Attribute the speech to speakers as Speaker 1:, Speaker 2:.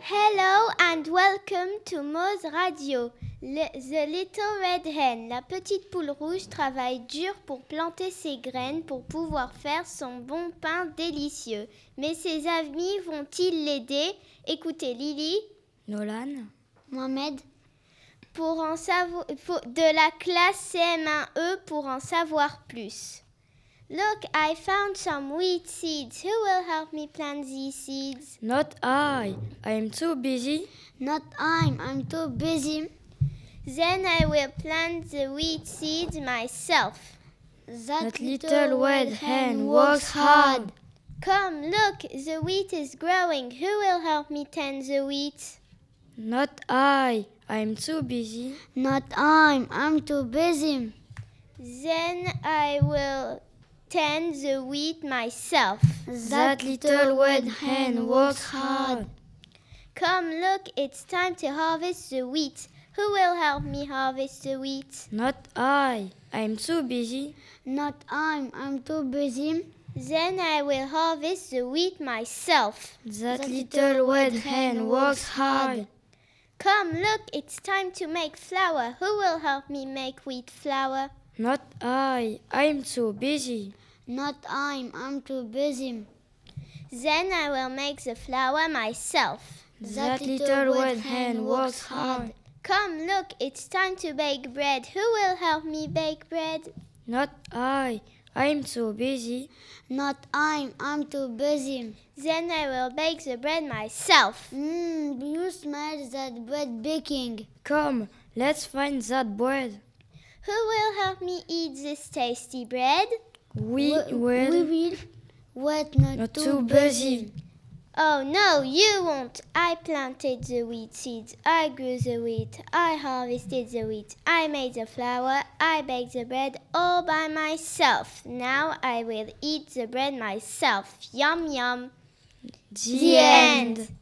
Speaker 1: Hello and welcome to Moz Radio. Le- the Little Red Hen, la petite poule rouge, travaille dur pour planter ses graines pour pouvoir faire son bon pain délicieux. Mais ses amis vont-ils l'aider Écoutez Lily,
Speaker 2: Nolan
Speaker 1: Mohamed, pour en savo- faut- de la classe CM1E E pour en savoir plus. Look, I found some wheat seeds. Who will help me plant these seeds?
Speaker 2: Not I. I am too busy.
Speaker 1: Not I'm, I'm too busy. Then I will plant the wheat seeds myself.
Speaker 2: That little red hen works hard.
Speaker 1: Come, look, the wheat is growing. Who will help me tend the wheat?
Speaker 2: Not I. I am too busy.
Speaker 1: Not I'm, I'm too busy. Then I will tend the wheat myself.
Speaker 2: That little red hen works hard.
Speaker 1: Come, look, it's time to harvest the wheat. Who will help me harvest the wheat?
Speaker 2: Not I. I am too busy.
Speaker 1: Not I'm, I'm too busy. Then I will harvest the wheat myself.
Speaker 2: That little red hen works hard.
Speaker 1: Come, look, it's time to make flour. Who will help me make wheat flour?
Speaker 2: Not I. I am too busy.
Speaker 1: Not I'm, I'm too busy. Then I will make the flour myself.
Speaker 2: That little red hen works hard.
Speaker 1: Come, look, it's time to bake bread. Who will help me bake bread?
Speaker 2: Not I. I am too busy.
Speaker 1: Not I'm, I'm too busy. Then I will bake the bread myself. Mmm, you smell that bread baking.
Speaker 2: Come, let's find that bread.
Speaker 1: Who will help me eat this tasty bread?
Speaker 2: We will.
Speaker 1: will. What, not,
Speaker 2: Not too busy.
Speaker 1: Oh no, you won't. I planted the wheat seeds. I grew the wheat. I harvested the wheat. I made the flour. I baked the bread all by myself. Now I will eat the bread myself. Yum yum.
Speaker 2: The end.